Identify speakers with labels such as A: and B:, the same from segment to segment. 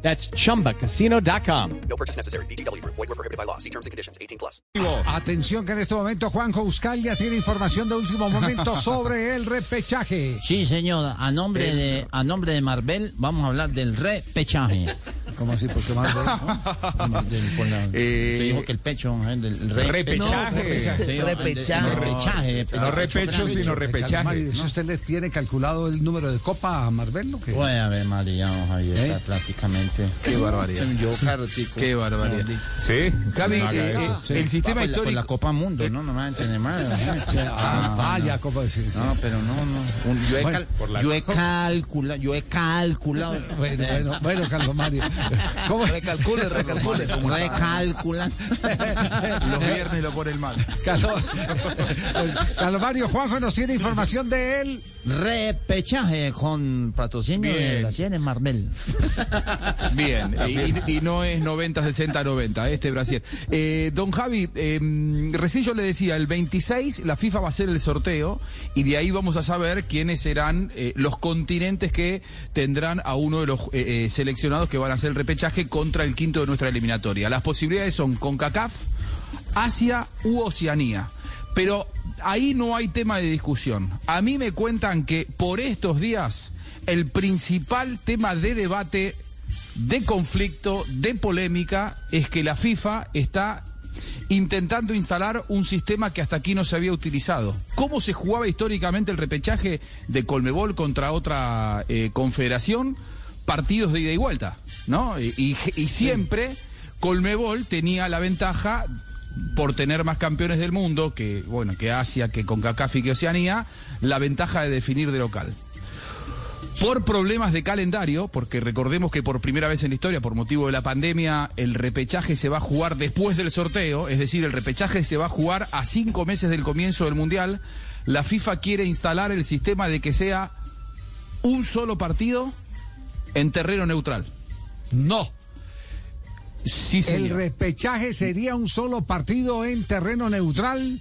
A: That's chumbacasino.com.
B: No purchase necessary. BGW. Void were prohibited by law. See terms and conditions. 18 plus.
C: Atención que en este momento Juanjo Uscalia tiene información de último momento sobre el repechaje.
D: Sí, señor. A nombre de a nombre de Marvel vamos a hablar del repechaje.
C: ¿Cómo así? ¿Por qué más?
D: Del- por la- Se dijo que el pecho eh, del re-
E: Repechaje.
D: pecho. Sí,
F: Repechaje.
D: del repechaje.
E: No repecho, sino repechaje.
C: ¿Eso usted le tiene calculado el número de copa a Marvel? ¿o qué?
D: Voy a ver, María, don Javier,
C: ¿Eh?
D: está prácticamente. Qué barbaridad. Yo, carotico. Qué barbaridad.
E: Sí, Javi,
D: No haga
E: eh,
D: eso.
E: eh,
D: Sí.
E: el
D: Ah, pues la-
E: sistema
D: pues
E: histórico.
D: la Copa Mundo, ¿no? No me va a entender más.
C: Ah,
D: Ah,
C: ah, ya, copa. Sí, sí.
D: No, pero no, no. Un- yo, he
C: Bueno,
D: cal-
E: por la-
D: yo he calculado, yo he calculado.
C: Bueno, bueno, bueno, Carlos Mario. ¿Cómo?
D: Recalcule, recalcule. Recalcula.
G: Los viernes lo pone el mal.
C: Carlos, pues, Carlos Mario, Juanjo nos tiene información de él.
D: Repechaje con patrocinio de
G: Bien.
D: la Cienes Marmel.
G: Bien, y, y- y no es 90, 60, 90, este Brasil. Eh, don Javi, eh, recién yo le decía, el 26 la FIFA va a hacer el sorteo y de ahí vamos a saber quiénes serán eh, los continentes que tendrán a uno de los eh, eh, seleccionados que van a hacer el repechaje contra el quinto de nuestra eliminatoria. Las posibilidades son CONCACAF, Asia u Oceanía. Pero ahí no hay tema de discusión. A mí me cuentan que por estos días el principal tema de debate, de conflicto, de polémica, es que la FIFA está intentando instalar un sistema que hasta aquí no se había utilizado. ¿Cómo se jugaba históricamente el repechaje de Colmebol contra otra eh, confederación? Partidos de ida y vuelta, ¿no? Y, y- y siempre Colmebol tenía la ventaja por tener más campeones del mundo que bueno que Asia, que CONCACAF y que Oceanía, la ventaja de definir de local. Por problemas de calendario, porque recordemos que por primera vez en la historia, por motivo de la pandemia, el repechaje se va a jugar después del sorteo, es decir, el repechaje se va a jugar a cinco meses del comienzo del Mundial, la FIFA quiere instalar el sistema de que sea un solo partido en terreno neutral.
C: No.
G: Sí,
C: El
G: señor.
C: repechaje sería un solo partido en terreno neutral.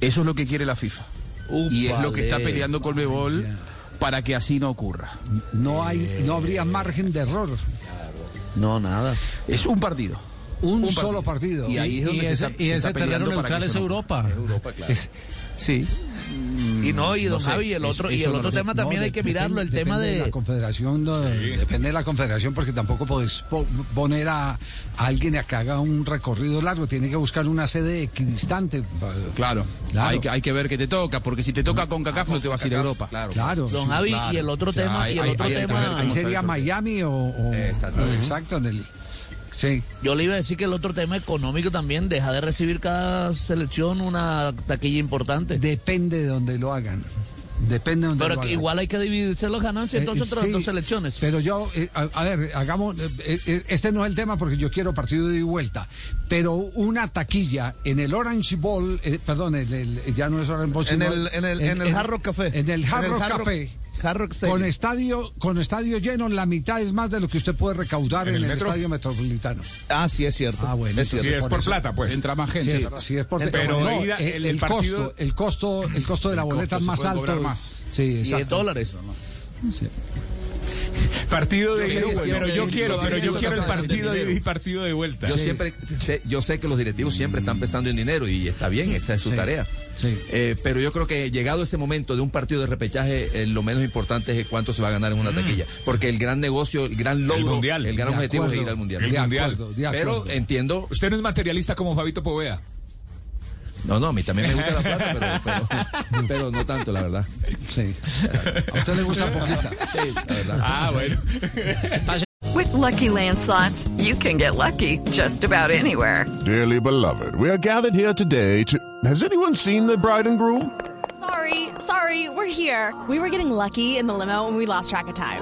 G: Eso es lo que quiere la FIFA. y es lo que está peleando Colmebol para que así no ocurra.
C: No hay, no habría margen de error.
D: No, nada.
G: Es un partido.
C: Un, solo partido.
G: Y ahí es donde
H: y
G: se
H: ese,
G: está-
H: y
G: se
H: ese
G: está
H: terreno
G: peleando para
H: neutral
G: que
H: es
G: eso no-
H: Europa. Es-
G: Sí.
F: Y no, y don
G: sé,
F: Javi, el
G: es-
F: otro, y
G: eso
F: el
G: no
F: otro
G: lo sé.
F: tema también
C: No,
F: hay que
C: depende-
F: mirarlo, el tema
C: depende
F: de...
C: la confederación, no, depende de la confederación, porque tampoco podés po- poner a, a alguien a que haga un recorrido largo, tiene que buscar una sede equidistante. pa-
G: Claro.
C: Claro.
G: Hay, que, hay que ver qué te toca, porque si te toca con CACAF no te vas a ir a Europa.
C: Claro,
F: Don
C: sí.
F: Javi, y el otro
G: O sea,
F: tema,
G: hay-
F: y el
G: hay-
F: otro
G: hay que ver
F: tema...
G: cómo
C: ahí
G: se-
C: sería
G: sabe el sorteo.
C: Miami o, o-
E: Exactamente.
C: exacto, en el- sí.
F: Yo le iba a decir que el otro tema económico también deja de recibir cada selección una taquilla importante.
C: Depende de donde lo hagan. Depende de donde
F: pero
C: lo
F: que
C: hagan.
F: igual hay que dividirse las ganancias entonces
C: Eh,
F: entre las
C: sí,
F: dos selecciones.
C: Pero yo, eh, a, a ver, hagamos, eh, eh, este no es el tema porque yo quiero partido de ida y vuelta, pero una taquilla en el Orange Bowl, eh, perdón, el- el- ya no es Orange Bowl,
E: En
C: sino
E: el- en el- en el Hard Rock Café.
C: En el Hard
E: En el
C: Rock
E: Hard Rock-
C: Café.
F: Hard Rock Stadium.
C: con estadio, con estadio lleno, la mitad es más de lo que usted puede recaudar en,
E: ¿En
C: el,
E: el metro?
C: estadio metropolitano.
E: Ah, sí, es cierto.
C: Ah, bueno,
E: Es cierto.
C: sí,
E: Sí, es
C: por
E: por
C: eso.
E: plata, pues.
G: Entra más gente.
C: Sí, sí, es por
E: Pero
C: no,
E: de ida,
C: eh, el,
E: el partido-
C: costo, el costo, el costo de la
G: El costo,
C: boleta es
G: se
C: más
G: puede
C: alto.
G: cobrar más.
C: Sí,
F: Y en
C: exacto.
F: dólares.
E: Partido de
G: Yo
E: ida
G: sé que
E: y vuelta. Pero
G: siempre-
E: yo quiero,
G: lo
E: pero
G: que
E: yo
G: es
E: quiero el
G: otra parte
E: partido de
G: del
E: ida y partido de vuelta.
I: Yo siempre sé, yo sé que los directivos siempre están pensando en dinero y está bien, esa es su
C: Sí,
I: tarea.
C: sí.
I: Eh, pero yo creo que llegado ese momento de un partido de repechaje, eh, lo menos importante es cuánto se va a ganar en una taquilla, porque el gran negocio, el gran logro, el,
E: mundial.
I: gran
C: Mm. De
I: objetivo es
C: acuerdo,
I: ir al mundial.
E: El
C: de
E: mundial.
C: acuerdo, de acuerdo.
I: Pero entiendo,
E: Usted no es materialista como Fabito Povea.
I: no, no, a mí también me gusta la plata, pero, pero- pero no tanto, la verdad.
C: Sí. A usted le gusta poquita.
I: Sí, la verdad.
E: Ah, bueno.
J: With Lucky Land slots, you can get lucky just about anywhere.
K: Dearly beloved, we are gathered here today to. Has anyone seen the bride and groom?
J: Sorry, sorry, we're here. We were getting lucky in the limo and we lost track of time.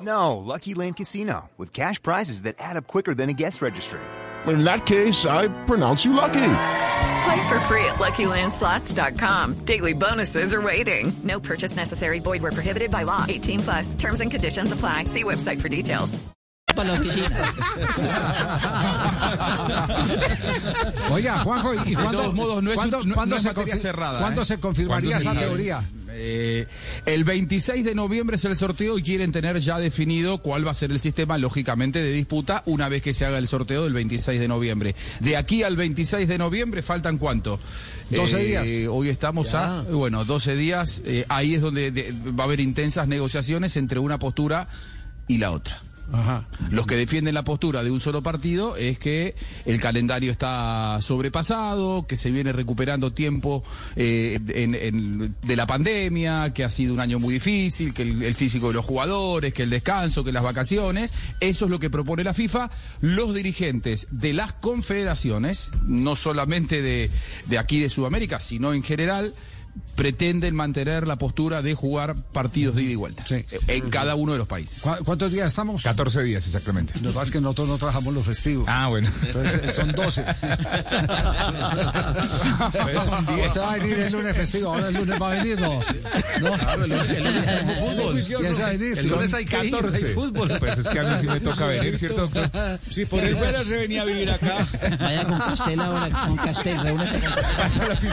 L: No, Lucky Land Casino, with cash prizes that add up quicker than a guest registry.
K: In that case, I pronounce you lucky.
J: Play for free at LuckyLandSlots.com. Daily bonuses are waiting. No purchase necessary. Void where prohibited by law. 18 plus terms and conditions apply. See website for details.
F: Para la oficina.
C: Oiga, Juanjo, ¿y
G: De
C: cuándo,
G: todos modos, no es,
C: cuándo-
G: un- no-
C: cuándo
G: no es
C: se
G: materia
C: confi-
G: cerrada.
C: ¿Cuándo
G: ¿eh?
C: se confirmaría
G: ¿Cuándo se
C: esa
G: sabe?
C: teoría?
G: Eh, el 26 de noviembre es el sorteo y quieren tener ya definido cuál va a ser el sistema, lógicamente, de disputa una vez que se haga el sorteo del 26 de noviembre. De aquí al 26 de noviembre faltan cuánto? Eh,
C: 12 días.
G: Hoy estamos a, bueno, 12 días. eh, ahí es donde de- va a haber intensas negociaciones entre una postura y la otra.
C: Ajá.
G: Los que defienden la postura de un solo partido es que el calendario está sobrepasado, que se viene recuperando tiempo eh, en- en- de la pandemia, que ha sido un año muy difícil, que el, el físico de los jugadores, que el descanso, que las vacaciones. Eso es lo que propone la FIFA. Los dirigentes de las confederaciones, no solamente de, de aquí de Sudamérica, sino en general, pretenden mantener la postura de jugar partidos de ida y vuelta
C: Sí.
G: en cada uno de los países.
C: ¿Cu- ¿Cuántos días estamos?
E: 14 días exactamente.
C: Lo que pasa es que nosotros no trabajamos los festivos.
E: Ah, bueno.
C: Entonces, eh, son 12.
E: Pues son diez.
C: Usted va a venir el lunes festivo, ahora el lunes va a venir, ¿no? No, claro, el lunes tenemos fútbol. Ya sabe, dice,
E: El lunes
C: son-
E: hay 14. fútbol. Pues es que a mí sí me toca venir, ¿cierto, doctor? Sí, por el fuera se venía a vivir acá.
H: Vaya con Castel ahora, con Castel, reúnese con Castel.